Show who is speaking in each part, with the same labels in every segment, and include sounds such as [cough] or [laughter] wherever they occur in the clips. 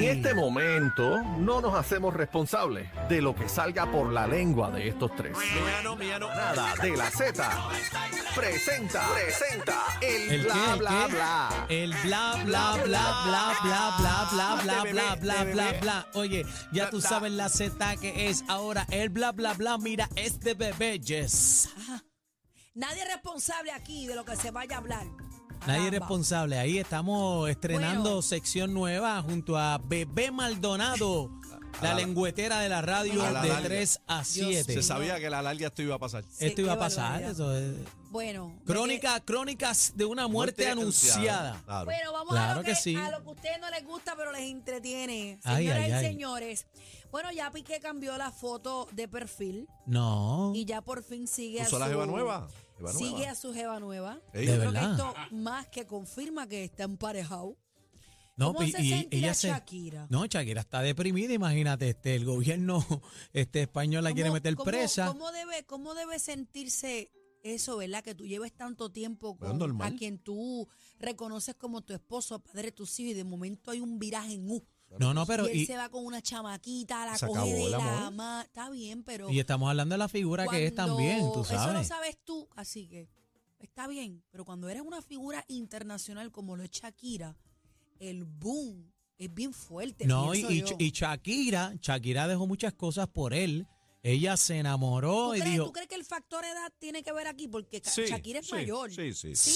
Speaker 1: este momento no nos hacemos responsables de lo que salga por la lengua de estos tres.
Speaker 2: Miano, miano.
Speaker 1: Nada de la Z presenta, presenta el,
Speaker 3: ¿El
Speaker 1: bla,
Speaker 3: qué?
Speaker 1: bla,
Speaker 3: ¿El qué?
Speaker 1: bla.
Speaker 3: El bla bla bla bla bla bla bla bla bla bla bla bla. Oye, ya tú sabes la Z que es ahora. El bla bla bla, mira, es de bebé, yes.
Speaker 4: Nadie es responsable aquí de lo que se vaya a hablar.
Speaker 3: Nadie
Speaker 4: Caramba.
Speaker 3: es responsable. Ahí estamos estrenando
Speaker 4: Bueno.
Speaker 3: sección nueva junto a Bebé Maldonado, la lengüetera de la radio
Speaker 4: A
Speaker 2: la
Speaker 3: de
Speaker 2: larga.
Speaker 3: 3 a
Speaker 4: Dios
Speaker 3: 7.
Speaker 2: Se sabía que la larga esto iba a pasar.
Speaker 3: Esto
Speaker 4: Sí,
Speaker 3: iba a
Speaker 4: qué
Speaker 3: pasar.
Speaker 4: barbaridad.
Speaker 3: eso es-
Speaker 4: Bueno.
Speaker 3: Crónica, crónicas de una muerte, anunciada.
Speaker 4: de que-
Speaker 2: Claro.
Speaker 4: Bueno, vamos a,
Speaker 3: Claro
Speaker 4: lo
Speaker 3: que
Speaker 4: que,
Speaker 3: sí.
Speaker 4: a lo que a ustedes no les gusta, pero les entretiene.
Speaker 3: Ay,
Speaker 4: Señoras
Speaker 3: ay,
Speaker 4: y
Speaker 3: ay.
Speaker 4: señores, bueno, ya Piqué cambió la foto de perfil
Speaker 3: No.
Speaker 4: y ya por fin sigue a
Speaker 2: ¿Puso
Speaker 4: su...
Speaker 2: la jeva nueva? Jeva
Speaker 4: sigue
Speaker 2: nueva.
Speaker 4: a su jeva nueva.
Speaker 2: Ey.
Speaker 3: De
Speaker 4: Yo creo que
Speaker 3: verdad.
Speaker 4: esto más que confirma que está emparejado.
Speaker 3: No,
Speaker 4: ¿Cómo
Speaker 3: y-
Speaker 4: se
Speaker 3: y
Speaker 4: sentirá
Speaker 3: ella se-
Speaker 4: Shakira?
Speaker 3: No, Shakira está deprimida, imagínate, este, el gobierno [laughs] este, español la quiere
Speaker 4: ¿Cómo-
Speaker 3: meter
Speaker 4: cómo-
Speaker 3: presa.
Speaker 4: ¿Cómo debe, cómo debe sentirse eso, verdad? Que tú lleves tanto tiempo
Speaker 2: Bueno,
Speaker 4: con
Speaker 2: normal.
Speaker 4: a quien tú reconoces como tu esposo, padre de tus hijos, y de momento hay un viraje en U.
Speaker 3: No, no, pero
Speaker 4: y él
Speaker 3: y,
Speaker 4: se va con una chamaquita, la
Speaker 2: Se
Speaker 4: coge
Speaker 2: acabó
Speaker 4: de
Speaker 2: el
Speaker 4: la
Speaker 2: amor.
Speaker 4: mano. Está bien, pero.
Speaker 3: y estamos hablando de la figura que es
Speaker 4: cuando-
Speaker 3: también, tú
Speaker 4: Eso lo
Speaker 3: sabes.
Speaker 4: sabes tú, así que está bien. Pero cuando eres una figura internacional como lo es Shakira, el boom es bien fuerte.
Speaker 3: No, y,
Speaker 4: pienso
Speaker 3: y-
Speaker 4: yo.
Speaker 3: y Shakira, Shakira dejó muchas cosas por él. Ella se
Speaker 4: ¿Tú
Speaker 3: enamoró y
Speaker 4: crees,
Speaker 3: dijo,
Speaker 4: tú crees que el factor edad tiene que ver aquí? Porque Ca-
Speaker 2: Sí,
Speaker 4: Shakira es
Speaker 2: sí,
Speaker 4: mayor.
Speaker 2: Sí, sí.
Speaker 3: Sí,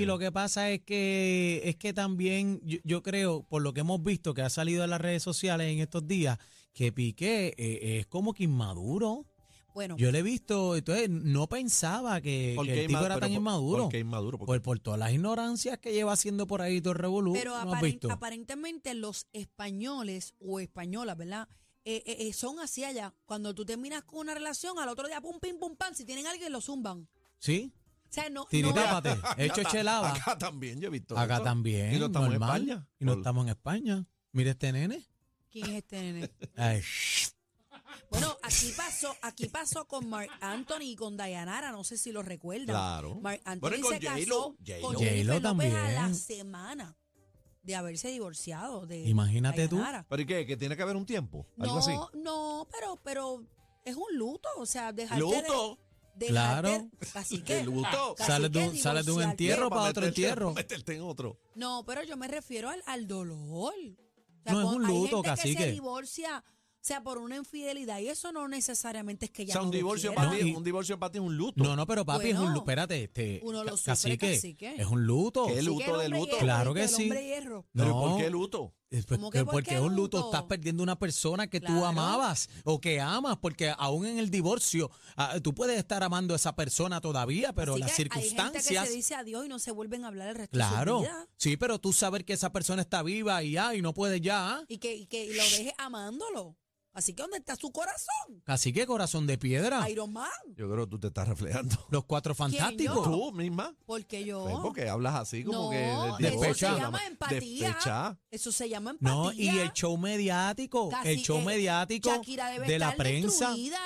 Speaker 2: Sí.
Speaker 3: lo que pasa es que es que también yo, yo creo, por lo que hemos visto que ha salido en las redes sociales en estos días, que Piqué eh, es como que inmaduro.
Speaker 4: Bueno,
Speaker 3: Yo le he visto, entonces no pensaba que,
Speaker 2: ¿Por
Speaker 3: que
Speaker 2: qué
Speaker 3: el tipo
Speaker 2: inma-
Speaker 3: era
Speaker 2: pero
Speaker 3: tan
Speaker 2: por-
Speaker 3: inmaduro.
Speaker 2: por qué inmaduro? Porque-
Speaker 3: Pues por todas las ignorancias que lleva haciendo por ahí todo el revolú,
Speaker 4: pero
Speaker 3: no has
Speaker 4: aparen-
Speaker 3: visto.
Speaker 4: aparentemente los españoles o españolas, ¿verdad? Eh, eh, eh, son así allá. Cuando tú terminas con una relación, al otro día, pum, pim, pum, pam, si tienen alguien, lo zumban.
Speaker 3: ¿Sí?
Speaker 4: O sea, no. no
Speaker 3: Tiritápate,
Speaker 2: [laughs] Acá
Speaker 3: hecho
Speaker 2: ta-
Speaker 3: chelaba. Acá,
Speaker 2: Acá también yo he visto eso.
Speaker 3: también,
Speaker 2: Y no estamos
Speaker 3: normal,
Speaker 2: en España.
Speaker 3: Y no
Speaker 2: Por-
Speaker 3: estamos en España. Mira este nene.
Speaker 4: ¿Quién es este nene?
Speaker 3: Ay,
Speaker 4: Bueno, aquí pasó, aquí pasó con Mark Anthony y con Dayanara, no sé si lo recuerdan.
Speaker 2: Claro.
Speaker 4: Mark Anthony
Speaker 2: Bueno, y con
Speaker 4: se casó
Speaker 2: J-Lo,
Speaker 4: con
Speaker 2: J-Lo.
Speaker 4: Jennifer
Speaker 3: J-Lo
Speaker 4: López a la
Speaker 3: también.
Speaker 4: semana de haberse divorciado de
Speaker 3: Imagínate tú.
Speaker 4: Dayanara.
Speaker 2: ¿Pero y qué? ¿Que tiene que haber un tiempo? Algo
Speaker 4: No,
Speaker 2: así.
Speaker 4: no, pero, pero es un luto, o sea, dejarte
Speaker 2: Luto.
Speaker 4: de...
Speaker 3: Claro.
Speaker 4: dejarte- Así que...
Speaker 2: De luto.
Speaker 4: casi
Speaker 3: Sales de
Speaker 4: que
Speaker 3: un- sales de un
Speaker 4: divorciarte.
Speaker 3: entierro
Speaker 2: Pero
Speaker 3: para otro
Speaker 2: meterte-
Speaker 3: entierro.
Speaker 2: Meterte en otro.
Speaker 4: No, pero yo me refiero al, al dolor. O
Speaker 3: No, es
Speaker 4: cuando-
Speaker 3: un
Speaker 4: hay
Speaker 3: luto,
Speaker 4: gente que
Speaker 3: cacique.
Speaker 4: se divorcia, o sea, por una infidelidad, y eso no necesariamente es que
Speaker 2: O
Speaker 4: ya
Speaker 2: sea, un
Speaker 4: no lo
Speaker 2: divorcio,
Speaker 4: quiera.
Speaker 2: para ti,
Speaker 3: No, y-
Speaker 2: un divorcio para ti es un luto.
Speaker 3: No, no, pero papi, es un
Speaker 4: Bueno,
Speaker 3: luto. Espérate, este.
Speaker 4: uno lo
Speaker 3: ca-
Speaker 4: supera,
Speaker 3: cacique,
Speaker 4: cacique.
Speaker 3: Es un luto.
Speaker 2: Que
Speaker 4: Así
Speaker 2: luto
Speaker 4: el
Speaker 2: de
Speaker 4: hombre
Speaker 2: luto.
Speaker 4: hierro,
Speaker 3: Claro
Speaker 4: ¿viste?
Speaker 3: que
Speaker 4: El
Speaker 3: sí.
Speaker 4: hombre hierro.
Speaker 2: ¿Pero y
Speaker 3: No.
Speaker 2: por qué luto?
Speaker 3: Eh, pues,
Speaker 4: ¿Cómo que
Speaker 3: eh,
Speaker 4: por
Speaker 3: porque
Speaker 4: qué
Speaker 3: es un luto,
Speaker 4: luto?
Speaker 3: estás perdiendo una persona que tú
Speaker 4: Claro.
Speaker 3: amabas o que amas, porque aún en el divorcio ah, tú puedes estar amando a esa persona todavía, pero
Speaker 4: Así
Speaker 3: las
Speaker 4: que Hay gente que
Speaker 3: circunstancias...
Speaker 4: se dice adiós y no se vuelven a hablar el resto de
Speaker 3: Claro,
Speaker 4: su vida.
Speaker 3: sí, pero tú saber que esa persona está viva y ya, y no puedes ya. ah.
Speaker 4: Y que, y que lo deje amándolo. Así que, ¿dónde está su corazón?
Speaker 3: Cacique, corazón de piedra.
Speaker 4: Iron Man.
Speaker 2: Yo creo que tú te estás reflejando.
Speaker 3: Los cuatro
Speaker 4: yo?
Speaker 3: fantásticos.
Speaker 2: Tú misma.
Speaker 4: Porque yo.
Speaker 3: Pues
Speaker 2: ¿Ves? Pues, Porque hablas así como
Speaker 4: no,
Speaker 2: que...
Speaker 4: eso
Speaker 2: de-
Speaker 4: se
Speaker 3: Despechada.
Speaker 4: llama empatía.
Speaker 2: Despechada.
Speaker 4: Eso se llama empatía.
Speaker 3: No, y el show mediático,
Speaker 4: Casi
Speaker 3: el show
Speaker 4: que
Speaker 3: mediático
Speaker 4: Shakira debe
Speaker 3: de la
Speaker 4: estar
Speaker 3: prensa.
Speaker 4: destruida.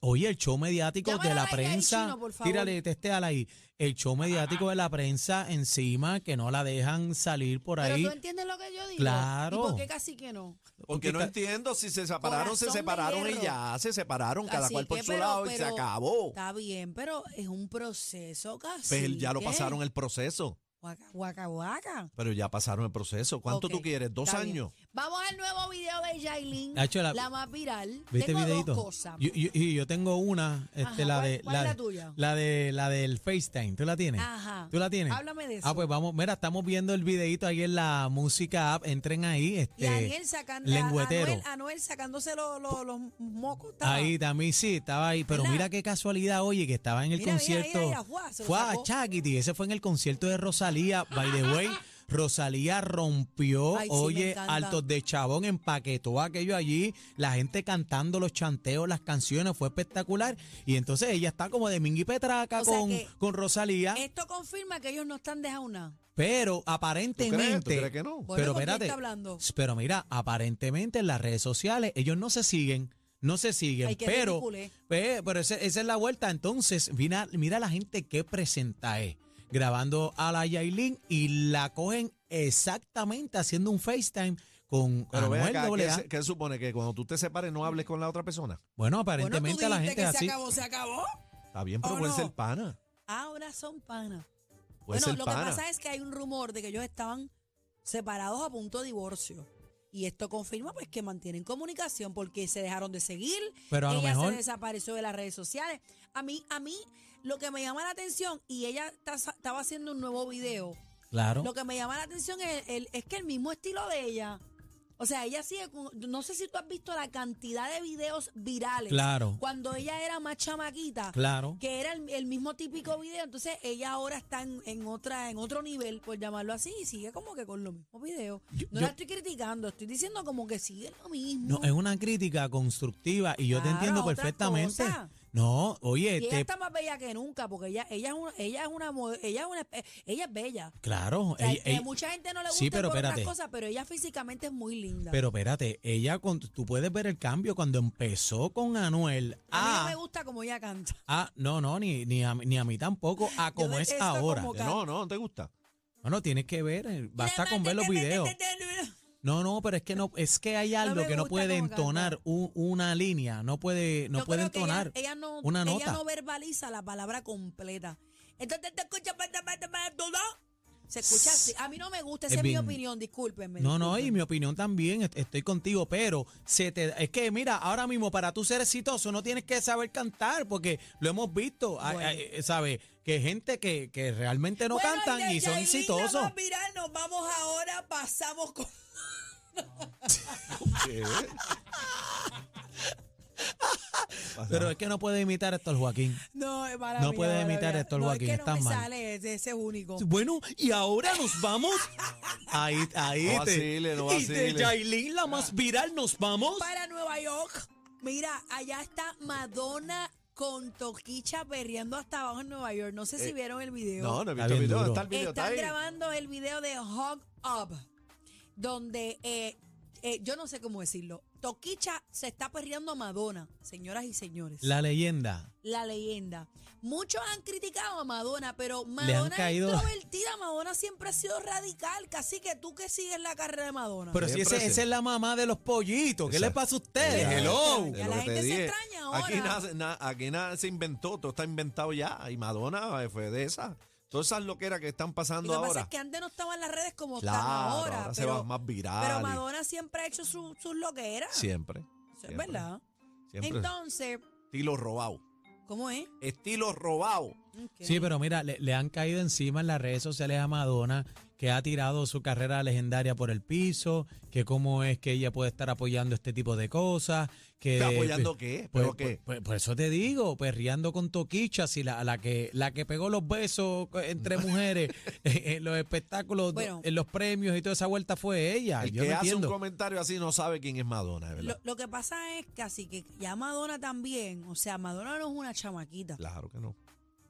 Speaker 3: Oye, el show mediático
Speaker 4: Llámala
Speaker 3: de la
Speaker 4: a Laila ahí,
Speaker 3: prensa.
Speaker 4: Chino, por favor.
Speaker 3: tírale, testeala ahí. El show mediático de la prensa encima, que no la dejan salir por
Speaker 4: Pero
Speaker 3: ahí.
Speaker 4: tú entiendes lo que yo digo.
Speaker 3: Claro.
Speaker 4: ¿Y por qué casi que no?
Speaker 2: Porque no
Speaker 3: Porque-
Speaker 2: entiendo si se separaron, se
Speaker 4: Corazón de
Speaker 2: separaron y
Speaker 4: hierro.
Speaker 2: ya, se separaron cada
Speaker 4: Así
Speaker 2: cual por
Speaker 4: que,
Speaker 2: su
Speaker 4: pero-
Speaker 2: lado y se
Speaker 4: pero-
Speaker 2: acabó.
Speaker 4: Está bien, pero es un proceso casi.
Speaker 2: Pues ya lo pasaron el proceso,
Speaker 4: Guaca, guaca, guaca.
Speaker 2: pero ya pasaron el proceso. ¿Cuánto
Speaker 4: Ok,
Speaker 2: tú quieres? ¿Dos
Speaker 4: está bien.
Speaker 2: años?
Speaker 4: Vamos al nuevo video de Yailin,
Speaker 3: Nacho,
Speaker 4: la,
Speaker 3: la-
Speaker 4: más viral.
Speaker 3: ¿Viste
Speaker 4: Tengo
Speaker 3: videito?
Speaker 4: dos cosas.
Speaker 3: Yo, yo- y yo tengo una, este,
Speaker 4: Ajá,
Speaker 3: la
Speaker 4: ¿cuál-
Speaker 3: de
Speaker 4: cuál es
Speaker 3: de-
Speaker 4: la tuya?
Speaker 3: la de la del FaceTime, ¿tú la tienes?
Speaker 4: Ajá.
Speaker 3: ¿Tú la tienes?
Speaker 4: Háblame de eso.
Speaker 3: Ah, pues vamos, mira, estamos viendo el videito ahí en la música app, entren ahí,
Speaker 4: y
Speaker 3: este
Speaker 4: Aniel sacando,
Speaker 3: lengüetero.
Speaker 4: Anuel, Anuel sacándose los, los, los mocos. estaba.
Speaker 3: Ahí también sí, estaba ahí, pero
Speaker 4: ¿Verdad?
Speaker 3: mira qué casualidad, oye, que estaba en el
Speaker 4: Mira, mira,
Speaker 3: concierto.
Speaker 4: mira, mira, ¡guau! Se lo
Speaker 3: fue a
Speaker 4: sacó.
Speaker 3: Chakiti, ese fue en el concierto de Rosalía, by the
Speaker 4: [laughs]
Speaker 3: way. Rosalía rompió,
Speaker 4: Ay, sí, me
Speaker 3: oye,
Speaker 4: encanta.
Speaker 3: altos de chabón, empaquetó aquello allí, la gente cantando los chanteos, las canciones, fue espectacular. Y entonces ella está como de Mingui Petraca
Speaker 4: O sea
Speaker 3: con,
Speaker 4: que-
Speaker 3: con Rosalía,
Speaker 4: Esto confirma que ellos no están dejando nada.
Speaker 3: pero
Speaker 2: ¿Tú crees? ¿Tú
Speaker 3: aparentemente
Speaker 2: crees que no?
Speaker 4: Bueno,
Speaker 3: pero
Speaker 4: ¿con quién
Speaker 3: espérate,
Speaker 4: está hablando?
Speaker 3: s- pero mira, aparentemente en las redes sociales ellos no se siguen, no se siguen,
Speaker 4: Ay, qué
Speaker 3: pero,
Speaker 4: ridículo, ¿eh?
Speaker 3: pe- Pues, pero ese- esa es la vuelta. Entonces, mira, mira la gente que presenta eh, es grabando a la Yailin y la cogen exactamente haciendo un FaceTime con
Speaker 2: Pero ven
Speaker 3: Anuel
Speaker 2: acá, ¿qué,
Speaker 3: AA.
Speaker 2: se- qué supone? ¿Que cuando tú te separes
Speaker 4: Mm.
Speaker 2: no hables con la otra persona?
Speaker 3: Bueno,
Speaker 4: Bueno, tú
Speaker 3: aparentemente
Speaker 4: dijiste
Speaker 3: la gente
Speaker 4: que
Speaker 3: es así.
Speaker 4: se acabó, se acabó.
Speaker 2: Está bien, pero
Speaker 4: ¿O
Speaker 2: pueden
Speaker 4: no?
Speaker 2: ser pana.
Speaker 4: Ahora son panas.
Speaker 2: Puede
Speaker 4: bueno,
Speaker 2: ser
Speaker 4: lo
Speaker 2: pana.
Speaker 4: que pasa es que hay un rumor de que ellos estaban separados a punto de divorcio. Y esto confirma pues que mantienen comunicación porque se dejaron de seguir,
Speaker 3: Pero a lo
Speaker 4: ella
Speaker 3: mejor-
Speaker 4: se desapareció de las redes sociales. A mí, a mí, lo que me llama la atención, y ella está- estaba haciendo un nuevo video,
Speaker 3: Claro.
Speaker 4: lo que me llama la atención es, el- es que el mismo estilo de ella. O sea, ella sigue con- No sé si tú has visto la cantidad de videos virales.
Speaker 3: Claro.
Speaker 4: Cuando ella era más chamaquita.
Speaker 3: Claro.
Speaker 4: Que era el, el mismo típico video. Entonces, ella ahora está en, en otra, en otro nivel, por llamarlo así, y sigue como que con los mismos videos. No
Speaker 3: yo-
Speaker 4: la estoy criticando, estoy diciendo como que sigue lo mismo.
Speaker 3: No, eh, es una crítica constructiva y yo te
Speaker 4: Claro,
Speaker 3: entiendo
Speaker 4: otra
Speaker 3: perfectamente.
Speaker 4: cosa.
Speaker 3: No, oye,
Speaker 4: y ella
Speaker 3: te-
Speaker 4: está más bella que nunca, porque ella, ella es una, ella es una mo- ella es una espe- ella es bella.
Speaker 3: claro,
Speaker 4: O sea,
Speaker 3: ella-
Speaker 4: que
Speaker 3: ella-
Speaker 4: mucha gente no le gusta
Speaker 3: Sí, pero
Speaker 4: por
Speaker 3: espérate.
Speaker 4: otras cosas, pero ella físicamente es muy linda.
Speaker 3: pero espérate, ella con, tú puedes ver el cambio cuando empezó con Anuel
Speaker 4: a mí no
Speaker 3: a
Speaker 4: me gusta como ella canta.
Speaker 3: Ah, no, no, ni, ni, a, ni a mí tampoco, a como es
Speaker 4: detesto
Speaker 3: ahora.
Speaker 4: como-
Speaker 2: No, no, no te gusta.
Speaker 3: Bueno, tienes que ver, eh, basta con ver los videos. No, no, pero es que no, es que hay algo
Speaker 4: me
Speaker 3: que no
Speaker 4: gusta
Speaker 3: puede
Speaker 4: cómo canta.
Speaker 3: entonar u- una línea, no puede, no
Speaker 4: Yo
Speaker 3: puede
Speaker 4: creo que ella-
Speaker 3: entonar
Speaker 4: Ella, no,
Speaker 3: una
Speaker 4: ella
Speaker 3: nota.
Speaker 4: no verbaliza la palabra completa. Entonces te escucha. pa, ta, pa, ta, pa, tu, no. Se escucha así. A mí no me gusta, esa
Speaker 3: Es
Speaker 4: es,
Speaker 3: bien-
Speaker 4: mi opinión, discúlpenme.
Speaker 3: No, no, y
Speaker 4: discúlpenme.
Speaker 3: mi opinión también, est- estoy contigo, pero se te, es que mira, ahora mismo para tú ser exitoso no tienes que saber cantar, porque lo hemos visto, Ah, hay-
Speaker 4: Bueno.
Speaker 3: hay- ¿sabes? Que gente que, que realmente no
Speaker 4: Bueno,
Speaker 3: cantan
Speaker 4: de
Speaker 3: y son
Speaker 4: Yailin
Speaker 3: exitosos.
Speaker 4: la más viral, nos vamos ahora, pasamos con. [laughs]
Speaker 2: ¿Qué?
Speaker 3: Pero es que no puede imitar esto el Joaquín.
Speaker 4: No, es para
Speaker 3: No
Speaker 4: mí,
Speaker 3: puede
Speaker 4: para
Speaker 3: imitar
Speaker 4: mí.
Speaker 3: esto el
Speaker 4: no,
Speaker 3: Joaquín,
Speaker 4: es que
Speaker 3: estás
Speaker 4: no me
Speaker 3: mal.
Speaker 4: sale ese, ese es único.
Speaker 3: [laughs] Bueno, y ahora nos vamos. Ahí, ahí.
Speaker 2: No
Speaker 3: te-
Speaker 2: vacile, no
Speaker 3: y de
Speaker 2: vacile.
Speaker 3: Yailin, la más viral, nos vamos.
Speaker 4: Para Nueva York. Mira, allá está Madonna con Toquicha perreando hasta abajo en Nueva York. No sé
Speaker 3: Eh,
Speaker 4: si vieron el video.
Speaker 2: No, no he
Speaker 3: Está
Speaker 2: visto el
Speaker 3: bien
Speaker 2: video.
Speaker 3: duro.
Speaker 2: Está el video, está
Speaker 4: Están
Speaker 2: ahí.
Speaker 4: grabando el video de Hog Up, donde eh, eh, yo no sé cómo decirlo. Toquicha se está perreando a Madonna, señoras y señores. La,
Speaker 3: La leyenda.
Speaker 4: leyenda. Muchos han criticado a Madonna, pero Madonna es
Speaker 3: caído-
Speaker 4: introvertida. Madonna siempre ha sido radical. Casi que tú que sigues la carrera de Madonna.
Speaker 3: Pero si
Speaker 2: Siempre
Speaker 3: ese-
Speaker 2: sí.
Speaker 3: esa es la mamá de los pollitos, ¿qué le
Speaker 2: Exacto.
Speaker 3: pasa a ustedes?
Speaker 2: Ya,
Speaker 3: Hello.
Speaker 4: Ya
Speaker 2: es lo
Speaker 4: la
Speaker 2: que
Speaker 4: gente
Speaker 2: te
Speaker 4: se
Speaker 2: dije.
Speaker 4: extraña ahora.
Speaker 2: Aquí nada, na- aquí nada se inventó, todo está inventado ya. Y Madonna eh, fue de esas. Todas esas loqueras que están
Speaker 4: Y
Speaker 2: pasando
Speaker 4: lo que pasa
Speaker 2: ahora.
Speaker 4: es que antes no estaban las redes como
Speaker 2: Claro,
Speaker 4: están ahora.
Speaker 2: ahora se
Speaker 4: pero,
Speaker 2: van más virales.
Speaker 4: pero Madonna siempre ha hecho su- sus loqueras.
Speaker 2: Siempre.
Speaker 4: Eso es
Speaker 2: siempre,
Speaker 4: verdad.
Speaker 2: Siempre.
Speaker 4: Entonces,
Speaker 2: Estilo robado.
Speaker 4: ¿cómo es?
Speaker 2: Estilo robado.
Speaker 4: Ok.
Speaker 3: Sí, pero mira, le, le han caído encima en las redes sociales a Madonna, que ha tirado su carrera legendaria por el piso, que cómo es que ella puede estar apoyando este tipo de cosas. Que,
Speaker 2: ¿Está apoyando qué?
Speaker 3: Eh, Pues,
Speaker 2: ¿Pero qué?
Speaker 3: pues- por eso te digo, perreando con Toquicha, si la, la que la que pegó los besos
Speaker 2: [laughs]
Speaker 3: entre mujeres en, en los espectáculos,
Speaker 4: Bueno.
Speaker 3: en los premios y toda esa vuelta fue ella.
Speaker 2: El
Speaker 3: ah, Yo
Speaker 2: que
Speaker 3: no
Speaker 2: hace un
Speaker 3: entiendo.
Speaker 2: comentario así no sabe quién es Madonna, de
Speaker 4: Lo,
Speaker 2: verdad.
Speaker 4: lo que pasa es que así que ya Madonna también, o sea, Madonna no es una chamaquita.
Speaker 2: Claro que no.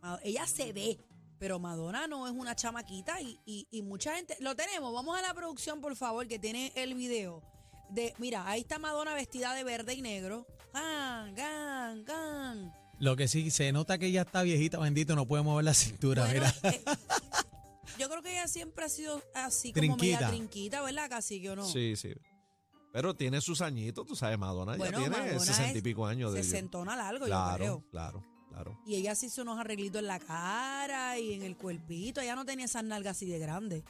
Speaker 4: Ma- Ella se ve, pero Madonna no es una chamaquita y, y- y mucha gente... Lo tenemos, vamos a la producción, por favor, que tiene el video. de Mira, ahí está Madonna vestida de verde y negro. ¡Gan, gan, gan!
Speaker 3: Lo que sí, se nota que ella está viejita, bendito, no puede mover la cintura.
Speaker 4: Bueno,
Speaker 3: mira.
Speaker 4: eh, [laughs] yo creo que ella siempre ha sido así como media
Speaker 3: Trinquita.
Speaker 4: trinquita, ¿verdad? Casi que o no.
Speaker 2: Sí, sí. Pero tiene sus añitos, tú sabes, Madonna ya
Speaker 4: Bueno,
Speaker 2: tiene
Speaker 4: Madonna
Speaker 2: sesenta y
Speaker 4: es
Speaker 2: pico años de
Speaker 4: Sesentona largo, yo creo.
Speaker 2: Claro, claro, claro.
Speaker 4: Y ella se hizo unos arreglitos en la cara y en el cuerpito. Ella no tenía esas nalgas así de grandes.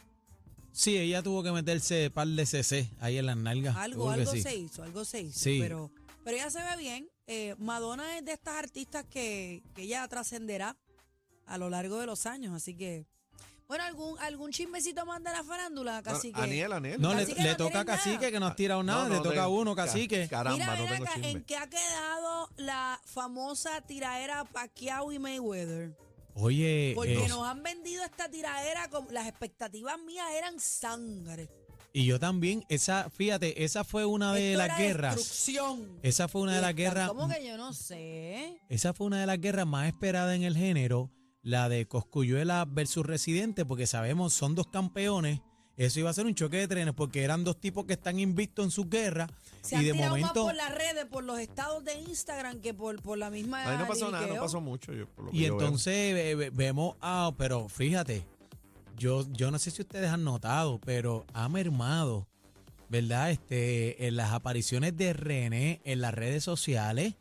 Speaker 3: Sí, ella tuvo que meterse par de CC ahí en las nalgas.
Speaker 4: Algo,
Speaker 3: Ah, seguro que
Speaker 4: algo
Speaker 3: sí.
Speaker 4: se hizo, algo se hizo.
Speaker 3: Sí.
Speaker 4: Pero, pero ella se ve bien. Eh, Madonna es de estas artistas que, que ella trascenderá a lo largo de los años. Así que, bueno, algún, algún chismecito más de la farándula, casi que.
Speaker 2: Aniel, Aniel.
Speaker 3: No, le,
Speaker 4: Cacique,
Speaker 3: le
Speaker 4: no
Speaker 3: toca a
Speaker 4: tienes
Speaker 3: Cacique
Speaker 4: nada.
Speaker 3: que no has tirado nada,
Speaker 2: Ah, No, no
Speaker 3: le toca a
Speaker 2: tengo-
Speaker 3: uno
Speaker 2: ca-
Speaker 3: Cacique.
Speaker 2: Caramba,
Speaker 4: Mira, ven
Speaker 2: no tengo
Speaker 4: acá,
Speaker 2: chisme.
Speaker 4: ¿en qué ha quedado la famosa tiraera Pacquiao y Mayweather?
Speaker 3: Oye,
Speaker 4: Porque
Speaker 3: eh,
Speaker 4: nos han vendido esta tiraera como las expectativas mías eran sangre.
Speaker 3: y yo también, esa, fíjate, esa fue una de
Speaker 4: Esto
Speaker 3: las
Speaker 4: era
Speaker 3: guerras.
Speaker 4: Destrucción.
Speaker 3: Esa fue una de las
Speaker 4: Y están
Speaker 3: guerras.
Speaker 4: como que yo no sé?
Speaker 3: Esa fue una de las guerras más esperadas en el género, la de Coscuyuela versus Residente, porque sabemos, son dos campeones. Eso iba a ser un choque de trenes, porque eran dos tipos que están invictos en sus guerras.
Speaker 4: Se
Speaker 3: y
Speaker 4: han
Speaker 3: de
Speaker 4: tirado
Speaker 3: momento.
Speaker 4: más por las redes, por los estados de Instagram que por, por la misma.
Speaker 2: Ahí no pasó nada, no
Speaker 4: liriqueo.
Speaker 2: pasó mucho. yo, por lo que
Speaker 3: Y
Speaker 2: yo veo.
Speaker 3: entonces ve- ve- vemos, ah, pero fíjate, yo, yo no sé si ustedes han notado, pero ha mermado ¿verdad? Este, en las apariciones de René en las redes sociales,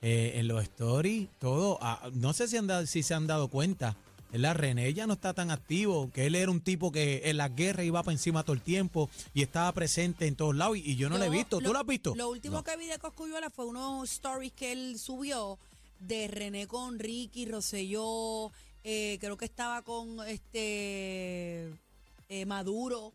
Speaker 3: eh, en los stories, todo. Ah, no sé si, han dado- si se han dado cuenta. ¿verdad? René ya no está tan activo, que él era un tipo que en las guerras iba para encima todo el tiempo y estaba presente en todos lados y, y yo no le he visto. ¿Tú lo has visto?
Speaker 4: Lo último
Speaker 3: No.
Speaker 4: que vi de Coscuyuela fue unos stories que él subió de René con Ricky, Rosselló, eh, creo que estaba con este eh, Maduro.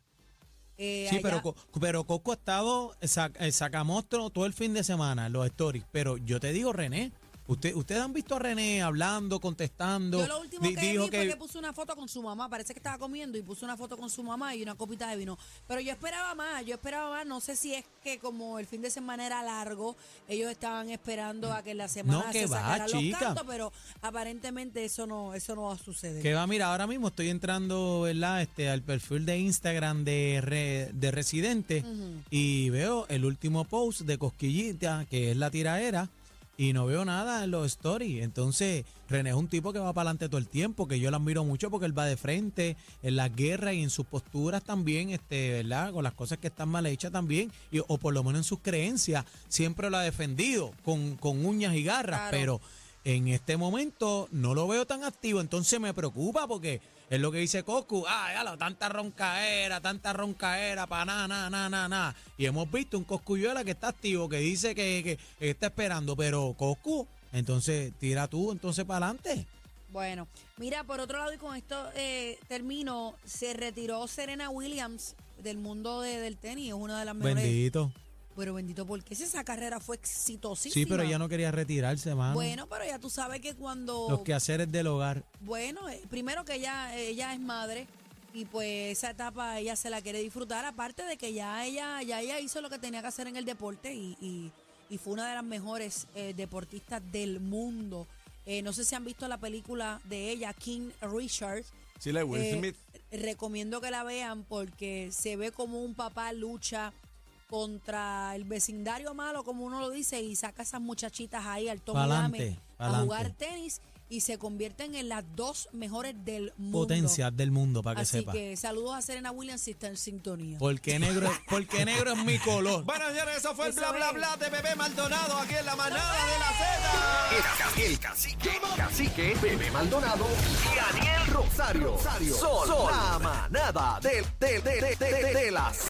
Speaker 4: eh,
Speaker 3: Sí,
Speaker 4: allá.
Speaker 3: pero, Co- pero Coco ha estado sac, eh, sacamostro todo el fin de semana, los stories. Pero yo te digo, René, usted, ustedes han visto a René hablando, contestando.
Speaker 4: Yo lo último
Speaker 3: Di-
Speaker 4: que vi fue que puso una foto con su mamá, parece que estaba comiendo y puso una foto con su mamá y una copita de vino. Pero yo esperaba más, yo esperaba más, no sé si es que como el fin de semana era largo, ellos estaban esperando a que la semana
Speaker 3: que
Speaker 4: se
Speaker 3: va,
Speaker 4: sacaran
Speaker 3: chica.
Speaker 4: los cantos, pero aparentemente eso no eso no va a suceder.
Speaker 3: Que va, mira, ahora mismo estoy entrando, ¿verdad? Este, al perfil de Instagram de, Re- de Residente y veo el último post de Cosquillita, que es la tiraera, y no veo nada en los stories. Entonces, René es un tipo que va para adelante todo el tiempo, que yo lo admiro mucho porque él va de frente en las guerras y en sus posturas también, este, ¿verdad? Con las cosas que están mal hechas también, y- o por lo menos en sus creencias, siempre lo ha defendido con, con uñas y garras,
Speaker 4: Claro.
Speaker 3: pero en este momento no lo veo tan activo, entonces me preocupa porque es lo que dice Coscu, ah, ya lo, tanta roncaera, tanta roncaera, para nada, nada, nada, nada, nada. Y hemos visto un Coscuyuela que está activo, que dice que, que está esperando, pero Coscu, entonces tira tú, entonces para adelante.
Speaker 4: Bueno, mira, por otro lado, y con esto eh, termino, se retiró Serena Williams del mundo de- del tenis, es una de las mejores.
Speaker 3: Bendito.
Speaker 4: Pero bendito, porque si esa carrera fue exitosísima.
Speaker 3: Sí, pero ya no quería retirarse, mano.
Speaker 4: Bueno, pero ya tú sabes que cuando...
Speaker 3: Los quehaceres del hogar.
Speaker 4: Bueno, eh, primero que ella, ella es madre y pues esa etapa ella se la quiere disfrutar, aparte de que ya ella, ya ella hizo lo que tenía que hacer en el deporte y, y- y fue una de las mejores eh, deportistas del mundo. Eh, no sé si han visto la película de ella, King Richard.
Speaker 2: Sí, la de Will
Speaker 4: Eh,
Speaker 2: Smith.
Speaker 4: Recomiendo que la vean porque se ve como un papá lucha contra el vecindario malo, como uno lo dice, y saca esas muchachitas ahí al Tommy
Speaker 3: Pa'lante,
Speaker 4: Dame a
Speaker 3: pa'lante.
Speaker 4: jugar tenis y se convierten en las dos mejores del mundo.
Speaker 3: Potencias del mundo, para que
Speaker 4: Así
Speaker 3: sepa.
Speaker 4: que saludos a Serena Williams si está en sintonía.
Speaker 3: ¿Por qué negro, ¿Por qué negro es mi color?
Speaker 2: Bueno, señores, eso fue el
Speaker 4: Eso
Speaker 2: bla, bla,
Speaker 4: es.
Speaker 2: bla de Bebé Maldonado aquí en la manada de la Z.
Speaker 1: El ca- El cacique, cacique, bebé Maldonado y Daniel Rosario. Sol, Sol, la manada de, de, de, de, de, de, de las.